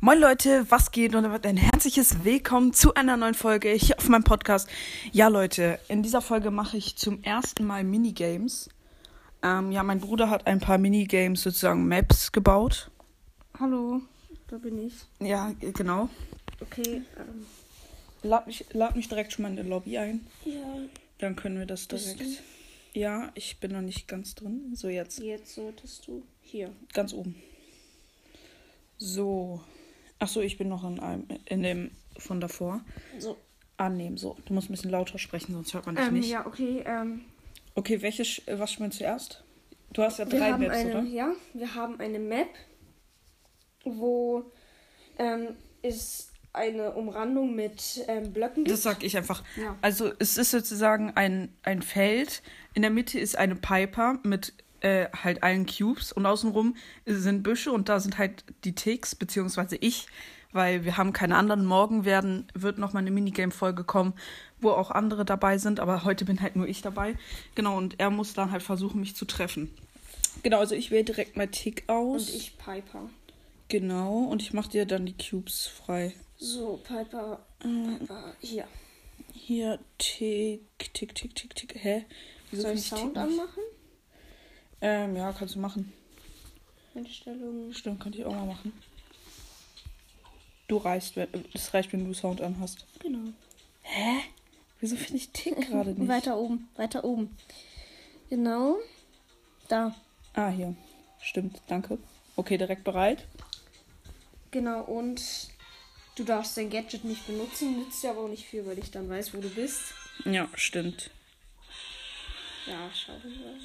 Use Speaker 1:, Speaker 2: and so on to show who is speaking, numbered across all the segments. Speaker 1: Moin Leute, was geht und damit ein herzliches Willkommen zu einer neuen Folge hier auf meinem Podcast. Ja Leute, in dieser Folge mache ich zum ersten Mal Minigames. Ähm, ja, mein Bruder hat ein paar Minigames, sozusagen Maps gebaut. Hallo.
Speaker 2: Da bin ich.
Speaker 1: Ja, genau.
Speaker 2: Okay. Ähm,
Speaker 1: Lad mich, lad mich direkt schon mal in die Lobby ein.
Speaker 2: ja,
Speaker 1: Dann können wir das
Speaker 2: Bist
Speaker 1: direkt. Ja, ich bin noch nicht ganz drin. So jetzt.
Speaker 2: jetzt solltest du hier.
Speaker 1: Ganz oben. So. Achso, ich bin noch in einem, in dem von davor.
Speaker 2: So.
Speaker 1: Annehmen, so. Du musst ein bisschen lauter sprechen, sonst hört man dich
Speaker 2: Ähm,
Speaker 1: nicht.
Speaker 2: ja, okay. Ähm,
Speaker 1: Okay, welche, sch- äh, was spielen wir zuerst? Du hast ja
Speaker 2: wir
Speaker 1: drei
Speaker 2: haben
Speaker 1: Maps,
Speaker 2: eine,
Speaker 1: oder?
Speaker 2: ja, wir haben eine Map, wo ähm, ist eine Umrandung mit ähm, Blöcken.
Speaker 1: Das sag ich einfach.
Speaker 2: Ja.
Speaker 1: Also es ist sozusagen ein, ein Feld. In der Mitte ist eine Piper mit äh, halt allen Cubes und außenrum sind Büsche und da sind halt die Ticks, beziehungsweise ich, weil wir haben keine anderen. Morgen werden, wird nochmal eine Minigame-Folge kommen, wo auch andere dabei sind, aber heute bin halt nur ich dabei. Genau, und er muss dann halt versuchen, mich zu treffen. Genau, also ich wähle direkt mal Tick aus.
Speaker 2: und ich Piper.
Speaker 1: Genau, und ich mache dir dann die Cubes frei.
Speaker 2: So, Piper,
Speaker 1: Äh,
Speaker 2: Piper, hier.
Speaker 1: Hier, tick, tick, tick, tick, tick. Hä? Wieso
Speaker 2: Soll
Speaker 1: finde
Speaker 2: ich
Speaker 1: tick
Speaker 2: Sound
Speaker 1: nicht?
Speaker 2: anmachen?
Speaker 1: Ähm, ja, kannst du machen.
Speaker 2: Einstellungen.
Speaker 1: Stimmt, kann ich auch mal machen. Du reichst, wenn, das reicht, wenn du Sound anhast.
Speaker 2: Genau.
Speaker 1: Hä? Wieso finde ich Tick gerade nicht?
Speaker 2: Weiter oben, weiter oben. Genau. Da.
Speaker 1: Ah, hier. Stimmt, danke. Okay, direkt bereit.
Speaker 2: Genau, und du darfst dein Gadget nicht benutzen, nützt dir aber auch nicht viel, weil ich dann weiß, wo du bist.
Speaker 1: Ja, stimmt.
Speaker 2: Ja, schau mal.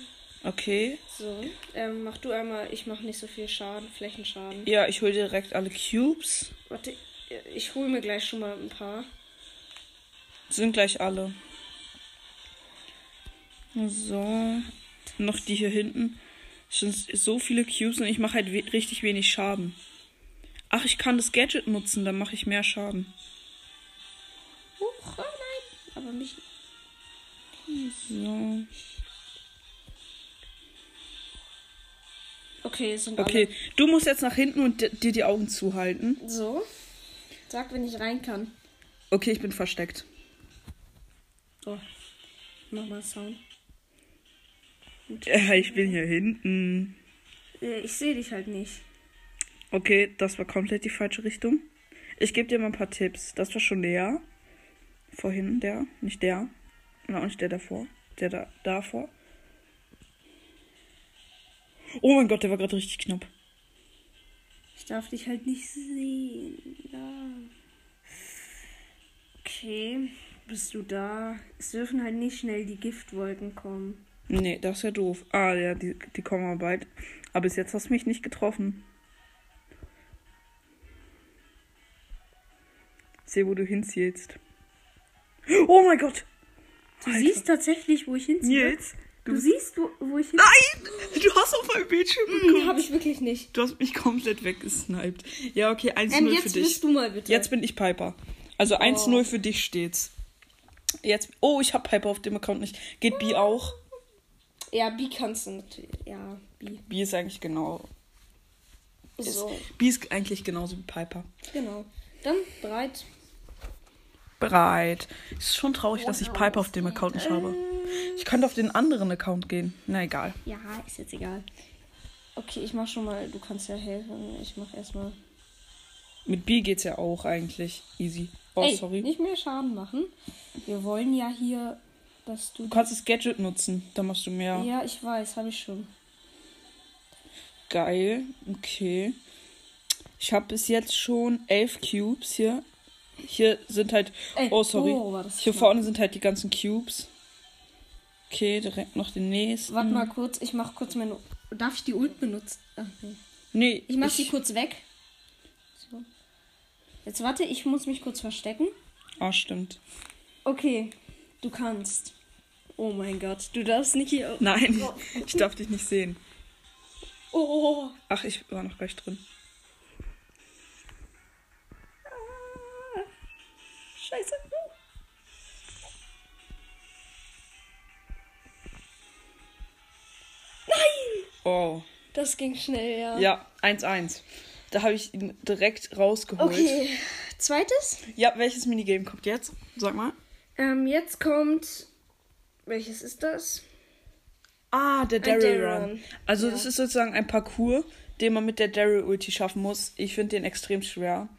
Speaker 1: Okay.
Speaker 2: So, ähm, mach du einmal, ich mach nicht so viel Schaden, Flächenschaden.
Speaker 1: Ja, ich hole direkt alle Cubes.
Speaker 2: Warte, ich hole mir gleich schon mal ein paar.
Speaker 1: Sind gleich alle. So. Noch die hier hinten. Es sind so viele Cubes und ich mache halt we richtig wenig Schaden. Ach, ich kann das Gadget nutzen, dann mache ich mehr Schaden.
Speaker 2: Huch, oh nein, aber mich.
Speaker 1: So.
Speaker 2: Okay, es sind
Speaker 1: Okay, du musst jetzt nach hinten und di- dir die Augen zuhalten.
Speaker 2: alle. So, sag, wenn ich rein kann.
Speaker 1: Okay, ich bin versteckt.
Speaker 2: Oh, mach mal Sound.
Speaker 1: Ja, ich bin hier hinten.
Speaker 2: Äh, Ich sehe dich halt nicht.
Speaker 1: Okay, das war komplett die falsche Richtung. Ich gebe dir mal ein paar Tipps. Das war schon der. Vorhin der, nicht der. Und auch nicht der davor. Der da, davor. Oh mein Gott, der war gerade richtig knapp.
Speaker 2: Ich darf dich halt nicht sehen. Ja. Okay, bist du da? Es dürfen halt nicht schnell die Giftwolken kommen.
Speaker 1: Nee, das ist ja doof. Ah, ja, die, die kommen aber bald. Aber bis jetzt hast du mich nicht getroffen. Seh, wo du hinzielst. Oh mein Gott!
Speaker 2: Du
Speaker 1: Alter.
Speaker 2: siehst tatsächlich, wo ich hinziehe.
Speaker 1: Nils,
Speaker 2: Du, siehst, wo, wo ich hinziehe.
Speaker 1: Nein! Hm. Du hast auf meinem Bildschirm geguckt.
Speaker 2: Habe ich wirklich nicht.
Speaker 1: Du hast mich komplett weggesniped. Ja, okay, 1-0
Speaker 2: Ähm,
Speaker 1: für
Speaker 2: jetzt
Speaker 1: dich.
Speaker 2: bist du mal bitte. Oh.
Speaker 1: Jetzt bin ich Piper. Also 1-0 für dich steht's. Jetzt. Oh, ich hab Piper auf dem Account nicht. Geht B auch?
Speaker 2: Ja, B kannst du natürlich. Ja, B.
Speaker 1: B ist eigentlich genau. Ist,
Speaker 2: So,
Speaker 1: B ist eigentlich genauso wie Piper.
Speaker 2: genau. Dann bereit.
Speaker 1: Bereit. Ist schon traurig, dass ich Piper auf dem Account nicht habe. Ich könnte auf den anderen Account gehen. Na egal.
Speaker 2: Ja, ist jetzt egal. Okay, ich mach schon mal. Du kannst ja helfen. Ich mach erstmal.
Speaker 1: Mit B geht's ja auch eigentlich. Easy. Oh,
Speaker 2: Ey,
Speaker 1: sorry.
Speaker 2: nicht mehr Schaden machen. Wir wollen ja hier, dass du.
Speaker 1: Du kannst das Gadget nutzen. Da machst du mehr.
Speaker 2: Ja, ich weiß, habe ich schon.
Speaker 1: Geil, okay. Ich habe bis jetzt schon elf Cubes hier. Hier sind halt.
Speaker 2: Ey,
Speaker 1: oh, sorry.
Speaker 2: oh, war das
Speaker 1: hier
Speaker 2: knapp.
Speaker 1: vorne sind halt die ganzen Cubes. Okay, direkt noch den nächsten.
Speaker 2: Warte mal kurz, ich mach kurz meine. Darf ich die Ult benutzen? Ach, nee.
Speaker 1: Nee,
Speaker 2: Ich mach sie kurz weg. So. Jetzt warte, ich muss mich kurz verstecken.
Speaker 1: Ah, stimmt.
Speaker 2: Okay, du kannst. Oh mein Gott, du darfst nicht hier.
Speaker 1: Nein, ich darf dich nicht sehen.
Speaker 2: Oh,
Speaker 1: Ach, ich war noch gleich drin.
Speaker 2: scheiße.
Speaker 1: Oh. Oh.
Speaker 2: Das ging schnell, ja.
Speaker 1: Ja, 1-1. Da habe ich ihn direkt rausgeholt.
Speaker 2: Okay, zweites.
Speaker 1: Ja, welches Minigame kommt jetzt? Sag mal.
Speaker 2: Ähm, jetzt kommt. Welches ist das?
Speaker 1: Ah, der
Speaker 2: Ein
Speaker 1: Daryl
Speaker 2: Daryl
Speaker 1: Run.
Speaker 2: Run.
Speaker 1: Also
Speaker 2: Ja.
Speaker 1: das ist sozusagen ein Parcours, den man mit der Daryl Ulti schaffen muss. Ich finde den extrem schwer.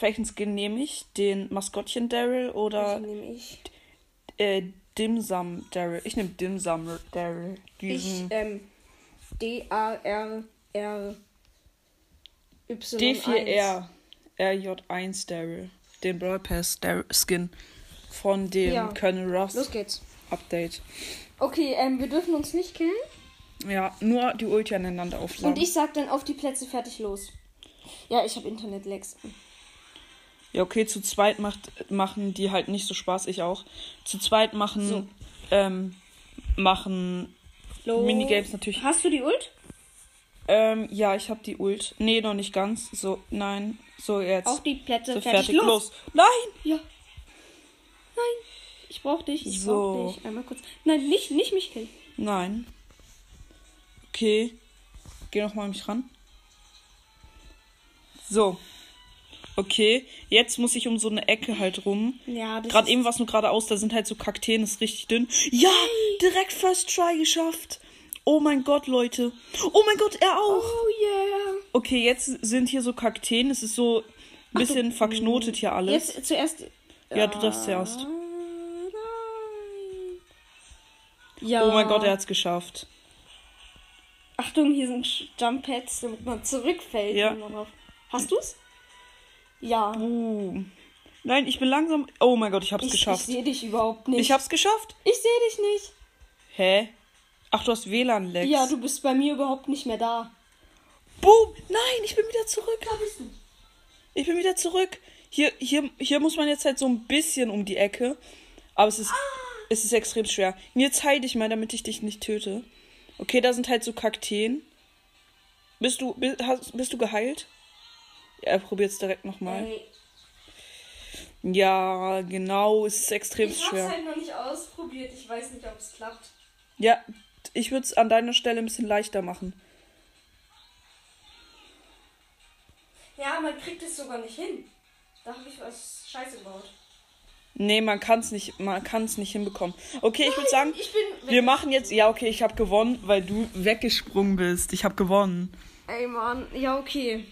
Speaker 1: Welchen Skin nehme ich? Den Maskottchen Daryl oder
Speaker 2: Welchen nehme ich?
Speaker 1: äh, Dimsum Daryl? Ich nehme Dimsum Daryl.
Speaker 2: Ich,
Speaker 1: Diesen
Speaker 2: ähm, D-A-R-R. Y.
Speaker 1: D4R RJ1 Daryl. Den Brawl Pass Daryl Skin von dem
Speaker 2: Ja.
Speaker 1: Colonel Ross
Speaker 2: Los geht's.
Speaker 1: Update.
Speaker 2: Okay, ähm, wir dürfen uns nicht killen.
Speaker 1: Ja, nur die Ulti aneinander aufladen.
Speaker 2: Und ich sag dann auf die Plätze fertig los. Ja, ich habe Internet-Lags.
Speaker 1: Ja, okay, zu zweit macht, machen die halt nicht so Spaß, ich auch. Zu zweit machen, ähm, machen,
Speaker 2: Los.
Speaker 1: Minigames natürlich.
Speaker 2: Hast du die Ult?
Speaker 1: ähm, ja, ich hab die Ult. Nee, noch nicht ganz. So, nein, so jetzt.
Speaker 2: Auf die Plätze
Speaker 1: so
Speaker 2: fertig, los.
Speaker 1: Nein!
Speaker 2: Ja. Nein, ich brauch dich, ich
Speaker 1: So.
Speaker 2: brauch dich. Einmal kurz. Nein, nicht, nicht mich killen.
Speaker 1: Nein. Okay. Geh nochmal an mich ran. So. Okay, jetzt muss ich um so eine Ecke halt rum.
Speaker 2: Ja, das
Speaker 1: Gerade
Speaker 2: ist-
Speaker 1: eben war es nur geradeaus, da sind halt so Kakteen, ist richtig dünn. Ja, direkt First Try geschafft. Oh mein Gott, Leute. Oh mein Gott, er auch.
Speaker 2: Oh yeah.
Speaker 1: Okay, jetzt sind hier so Kakteen, es ist so ein bisschen verknotet hier alles.
Speaker 2: Jetzt äh, zuerst.
Speaker 1: Ja, du darfst zuerst.
Speaker 2: Ah, nein. Ja.
Speaker 1: Oh mein Gott, er hat's geschafft.
Speaker 2: Achtung, hier sind Jump Pads, damit man zurückfällt.
Speaker 1: Ja.
Speaker 2: wenn man drauf- Hast du's? Ja.
Speaker 1: Uh. Nein, ich bin langsam. Oh mein Gott, ich hab's
Speaker 2: Ich, ich
Speaker 1: geschafft.
Speaker 2: sehe dich überhaupt nicht.
Speaker 1: Ich hab's geschafft.
Speaker 2: Ich sehe dich nicht.
Speaker 1: Hä? Ach, du hast WLAN-Lags.
Speaker 2: Ja, du bist bei mir überhaupt nicht mehr da.
Speaker 1: Boom! Nein, ich bin wieder zurück. Ich bin wieder zurück. Hier, hier, hier muss man jetzt halt so ein bisschen um die Ecke. Aber es ist, es ist extrem schwer. Und Jetzt heil dich mal, damit ich dich nicht töte. Okay, da sind halt so Kakteen. Bist du, bi- hast, bist du geheilt? Ja, er probiert's direkt nochmal.
Speaker 2: Ey,
Speaker 1: Ja, genau, es ist extrem
Speaker 2: ich hab's
Speaker 1: schwer.
Speaker 2: halt noch nicht ausprobiert. Ich weiß nicht, ob es klappt.
Speaker 1: Ja, ich würde es an deiner Stelle ein bisschen leichter machen.
Speaker 2: Ja, man kriegt es sogar nicht hin. Da habe ich was Scheiße gebaut.
Speaker 1: Nee, man kann's nicht, man kann's nicht hinbekommen. Okay, ich würde sagen,
Speaker 2: Ich bin.
Speaker 1: wir machen jetzt. Ja, okay, ich habe gewonnen, weil du weggesprungen bist. Ich habe gewonnen.
Speaker 2: Ey, Mann. Ja, okay.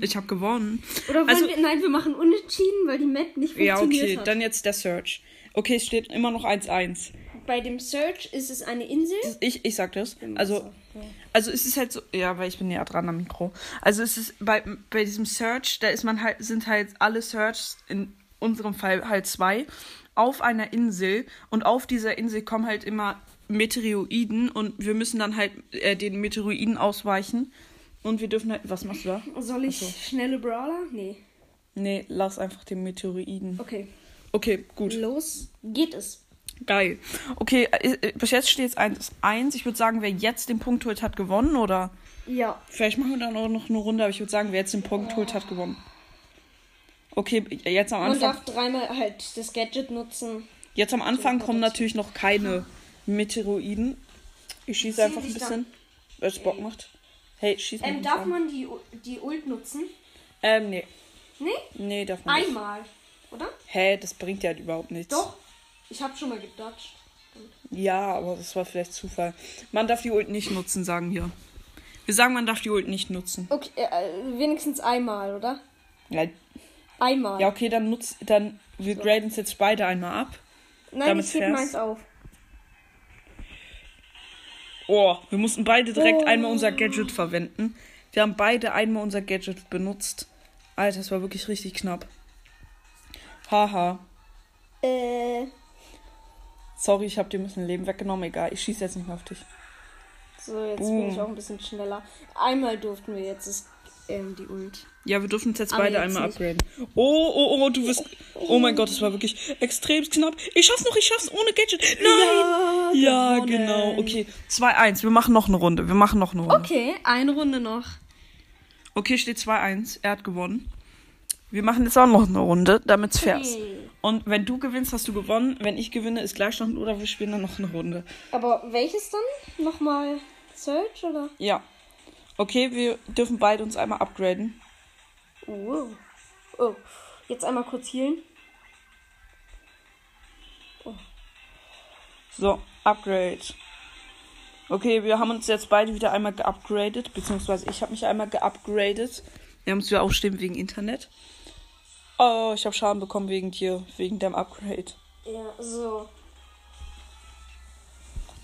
Speaker 1: Ich habe gewonnen.
Speaker 2: Oder wollen
Speaker 1: Also-
Speaker 2: wir. Nein, wir machen unentschieden, weil die Map nicht
Speaker 1: Ja,
Speaker 2: funktioniert
Speaker 1: okay,
Speaker 2: hat.
Speaker 1: dann jetzt der Search. Okay, es steht immer noch 1-1.
Speaker 2: Bei dem Search ist es eine Insel.
Speaker 1: Ich, ich sag das. Also, also es ist halt so. Ja, weil ich bin näher dran am Mikro. Also es ist bei, bei diesem Search, da ist man halt, sind halt alle Searchs, in unserem Fall halt zwei, auf einer Insel. Und auf dieser Insel kommen halt immer Meteoroiden und wir müssen dann halt äh, den Meteoroiden ausweichen. Und wir dürfen halt. Was machst du da?
Speaker 2: Soll ich schnelle Brawler? Nee.
Speaker 1: Nee, lass einfach den Meteoroiden.
Speaker 2: Okay.
Speaker 1: Okay, gut.
Speaker 2: Los geht es.
Speaker 1: Geil. Okay, äh, äh, bis jetzt steht es 1-1. Ich würde sagen, wer jetzt den Punkt holt, hat gewonnen, oder?
Speaker 2: Ja.
Speaker 1: Vielleicht machen wir dann auch noch eine Runde, aber ich würde sagen, wer jetzt den Punkt holt, hat gewonnen. Okay, jetzt am
Speaker 2: Man
Speaker 1: Anfang.
Speaker 2: darf dreimal halt das Gadget nutzen.
Speaker 1: Jetzt am Anfang kommen natürlich noch keine Meteoroiden. Ich schieße einfach ein
Speaker 2: dich
Speaker 1: bisschen, weil es Bock macht. Hey, schieß mal.
Speaker 2: Ähm,
Speaker 1: nicht
Speaker 2: darf
Speaker 1: an.
Speaker 2: man die, U- die Ult nutzen?
Speaker 1: Ähm, nee.
Speaker 2: Nee?
Speaker 1: Nee, darf man nicht.
Speaker 2: Einmal. Oder?
Speaker 1: Hä, das bringt ja halt überhaupt nichts.
Speaker 2: Doch. Ich habe schon mal gedacht.
Speaker 1: Ja, aber das war vielleicht Zufall. Man darf die Ult nicht nutzen, sagen wir. Wir sagen, man darf die Ult nicht nutzen.
Speaker 2: Okay, äh, wenigstens einmal, oder?
Speaker 1: Ja,
Speaker 2: Einmal.
Speaker 1: ja okay, dann nutzt, dann, wir graden es jetzt beide einmal ab.
Speaker 2: Nein,
Speaker 1: damit
Speaker 2: ich gebe
Speaker 1: fährst.
Speaker 2: meins auf.
Speaker 1: Oh, wir mussten beide direkt
Speaker 2: Oh.
Speaker 1: einmal unser Gadget verwenden. Wir haben beide einmal unser Gadget benutzt. Alter, das war wirklich richtig knapp. Haha.
Speaker 2: Äh,
Speaker 1: Sorry, ich hab dir ein bisschen Leben weggenommen. Egal, ich schieße jetzt nicht mehr auf dich.
Speaker 2: so, jetzt
Speaker 1: Boom.
Speaker 2: bin ich auch ein bisschen schneller. Einmal durften wir jetzt das, ähm, die Ult.
Speaker 1: Ja, wir dürfen uns jetzt
Speaker 2: Aber
Speaker 1: beide
Speaker 2: Ah, jetzt
Speaker 1: einmal
Speaker 2: nicht.
Speaker 1: upgraden. Oh, oh, oh, du wirst. Oh mein Gott, das war wirklich extrem knapp. Ich schaff's noch, ich schaff's ohne Gadget. Nein! Ja,
Speaker 2: gewonnen.
Speaker 1: genau. Okay, 2-1. Wir machen noch eine Runde. Wir machen noch eine Runde. Okay,
Speaker 2: Okay, eine Runde noch.
Speaker 1: steht 2-1. Er hat gewonnen. Wir machen jetzt auch noch eine Runde, damit's fair ist.
Speaker 2: Okay.
Speaker 1: Und wenn du gewinnst, hast du gewonnen. Wenn ich gewinne, ist Gleichstand oder wir spielen dann noch eine Runde.
Speaker 2: Aber welches dann? Nochmal Search, oder?
Speaker 1: Ja. Okay, wir dürfen bald uns einmal upgraden.
Speaker 2: Wow. Oh. Jetzt einmal kurz healen.
Speaker 1: So, Upgrade. Okay, wir haben uns jetzt beide wieder einmal geupgradet, beziehungsweise ich habe mich einmal geupgradet. Wir haben es wieder aufstehen wegen Internet. Oh, ich habe Schaden bekommen wegen dir, wegen deinem Upgrade.
Speaker 2: Ja, so.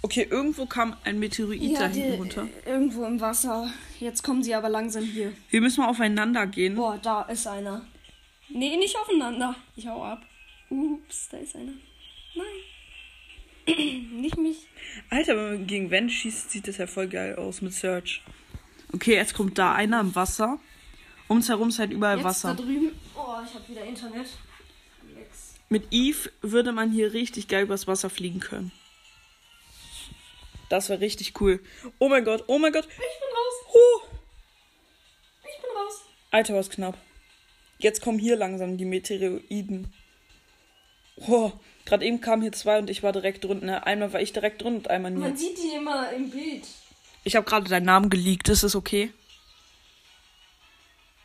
Speaker 1: Okay, irgendwo kam ein Meteorit da hinten runter.
Speaker 2: äh, irgendwo im Wasser. Jetzt kommen sie aber langsam hier.
Speaker 1: Hier müssen wir aufeinander gehen.
Speaker 2: Boah, da ist einer. Nee, nicht aufeinander. Ich hau ab. Ups, da ist einer. Nein. nicht mich.
Speaker 1: Alter, wenn man gegen Wände schießt, sieht das ja voll geil aus mit Search. Okay, jetzt kommt da einer im Wasser. Um uns herum ist halt überall
Speaker 2: Jetzt
Speaker 1: Wasser.
Speaker 2: da drüben. Oh, ich hab wieder Internet. Alex.
Speaker 1: Mit Eve würde man hier richtig geil übers Wasser fliegen können. Das wäre richtig cool. Oh mein Gott, oh mein Gott.
Speaker 2: Ich bin raus.
Speaker 1: Oh,
Speaker 2: Ich bin raus.
Speaker 1: Alter, was knapp. Jetzt kommen hier langsam die Meteoroiden. Oh, gerade eben kamen hier zwei und ich war direkt drin. Ne? Einmal war ich direkt drin und einmal
Speaker 2: Man
Speaker 1: nicht.
Speaker 2: sieht die immer im Bild.
Speaker 1: Ich habe gerade deinen Namen geleakt, ist es okay?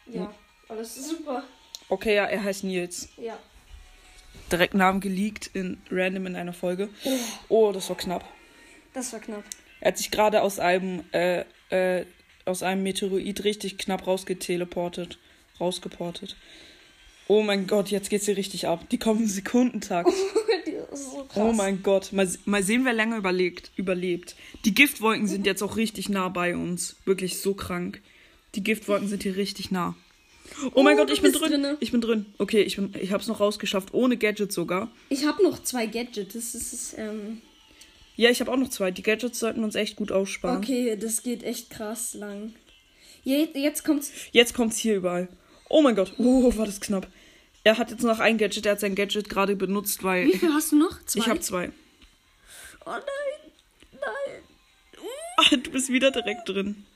Speaker 1: Hm.
Speaker 2: Ja. Aber das ist super.
Speaker 1: Okay, ja, er heißt Nils.
Speaker 2: Ja.
Speaker 1: direkt Namen geleakt in random in einer Folge. Oh, das war knapp.
Speaker 2: Das war knapp.
Speaker 1: Er hat sich gerade aus einem äh, äh, aus einem Meteoroid richtig knapp rausgeteleportet, rausgeportet. Oh mein Gott, jetzt geht's hier richtig ab. Die kommen im Sekundentakt.
Speaker 2: die ist so krass.
Speaker 1: Oh mein Gott, mal, se- mal sehen, wer länger überlegt, überlebt. Die Giftwolken sind jetzt auch richtig nah bei uns. Wirklich so krank. Die Giftwolken sind hier richtig nah. Oh mein
Speaker 2: Oh,
Speaker 1: Gott,
Speaker 2: du
Speaker 1: ich bin
Speaker 2: bist
Speaker 1: drin.
Speaker 2: drinne.
Speaker 1: Ich bin drin. Okay, ich, bin, ich hab's noch rausgeschafft, ohne Gadget sogar.
Speaker 2: Ich habe noch zwei Gadgets. Das ist, ähm,
Speaker 1: Ja, ich habe auch noch zwei. Die Gadgets sollten uns echt gut aufsparen.
Speaker 2: okay, das geht echt krass lang. Je, jetzt kommt's.
Speaker 1: Jetzt kommt's hier überall. Oh mein Gott. Oh, war das knapp. Er hat jetzt noch ein Gadget. Er hat sein Gadget gerade benutzt, weil
Speaker 2: Wie viel hast du noch? Zwei?
Speaker 1: ich habe zwei.
Speaker 2: Oh nein. Nein.
Speaker 1: Ah, du bist wieder direkt drin.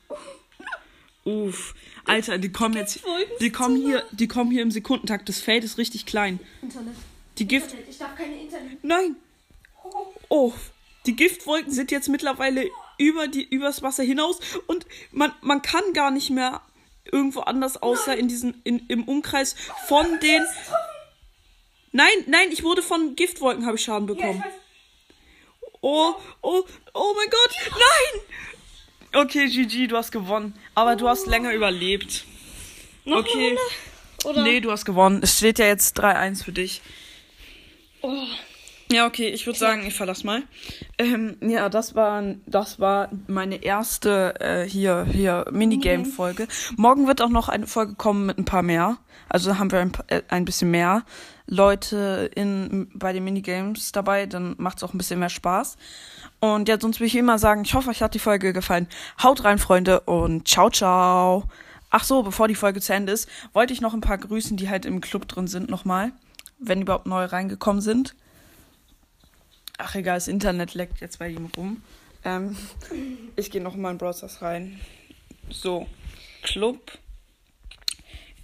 Speaker 1: Uff. Alter, die kommen jetzt.
Speaker 2: Giftwolken
Speaker 1: Die
Speaker 2: sind
Speaker 1: kommen
Speaker 2: so
Speaker 1: hier, die kommen hier im Sekundentakt. Das Feld ist richtig klein.
Speaker 2: Internet.
Speaker 1: Die Gift.
Speaker 2: Internet. Ich darf keine Internet.
Speaker 1: Nein.
Speaker 2: Oh.
Speaker 1: Oh. Die Giftwolken sind jetzt mittlerweile über die, übers Wasser hinaus und man, man kann gar nicht mehr irgendwo anders außer in diesen, in, im Umkreis von den. Nein, nein, ich wurde von Giftwolken, habe ich Schaden
Speaker 2: Ja, ich
Speaker 1: bekommen.
Speaker 2: weiß.
Speaker 1: Oh, oh, oh mein Gott, nein! Okay, GG, du hast gewonnen. Aber du
Speaker 2: Oh.
Speaker 1: hast länger überlebt.
Speaker 2: Noch
Speaker 1: Okay.
Speaker 2: eine Runde? Oder?
Speaker 1: Nee, du hast gewonnen. Es steht ja jetzt 3-1 für dich.
Speaker 2: Oh.
Speaker 1: Ja, okay, ich würde sagen, ich verlass mal. Ähm, ja, das war, das war meine erste äh, hier, hier Minigame-Folge. Morgen wird auch noch eine Folge kommen mit ein paar mehr. Also haben wir ein, pa- äh, ein bisschen mehr Leute in, bei den Minigames dabei. Dann macht's auch ein bisschen mehr Spaß. Und ja, sonst will ich immer sagen, ich hoffe, euch hat die Folge gefallen. Haut rein, Freunde, und ciao, ciao. Ach so, bevor die Folge zu Ende ist, wollte ich noch ein paar grüßen, die halt im Club drin sind, nochmal. Wenn überhaupt neu reingekommen sind. Ach egal, das Internet leckt jetzt bei ihm rum. Ähm, ich gehe noch mal in Browsers rein. So, Club.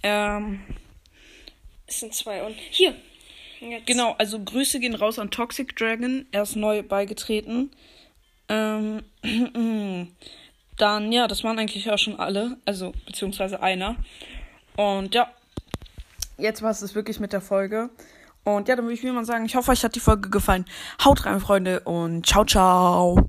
Speaker 1: Ähm,
Speaker 2: Es sind zwei und. Hier. Jetzt.
Speaker 1: genau, also Grüße gehen raus an Toxic Dragon. Er ist neu beigetreten. Ähm, dann, ja, das waren eigentlich auch schon alle. Also, beziehungsweise einer. Und ja, jetzt war es das wirklich mit der Folge. Und ja, dann würde ich mir mal sagen, ich hoffe, euch hat die Folge gefallen. Haut rein, Freunde, und ciao, ciao.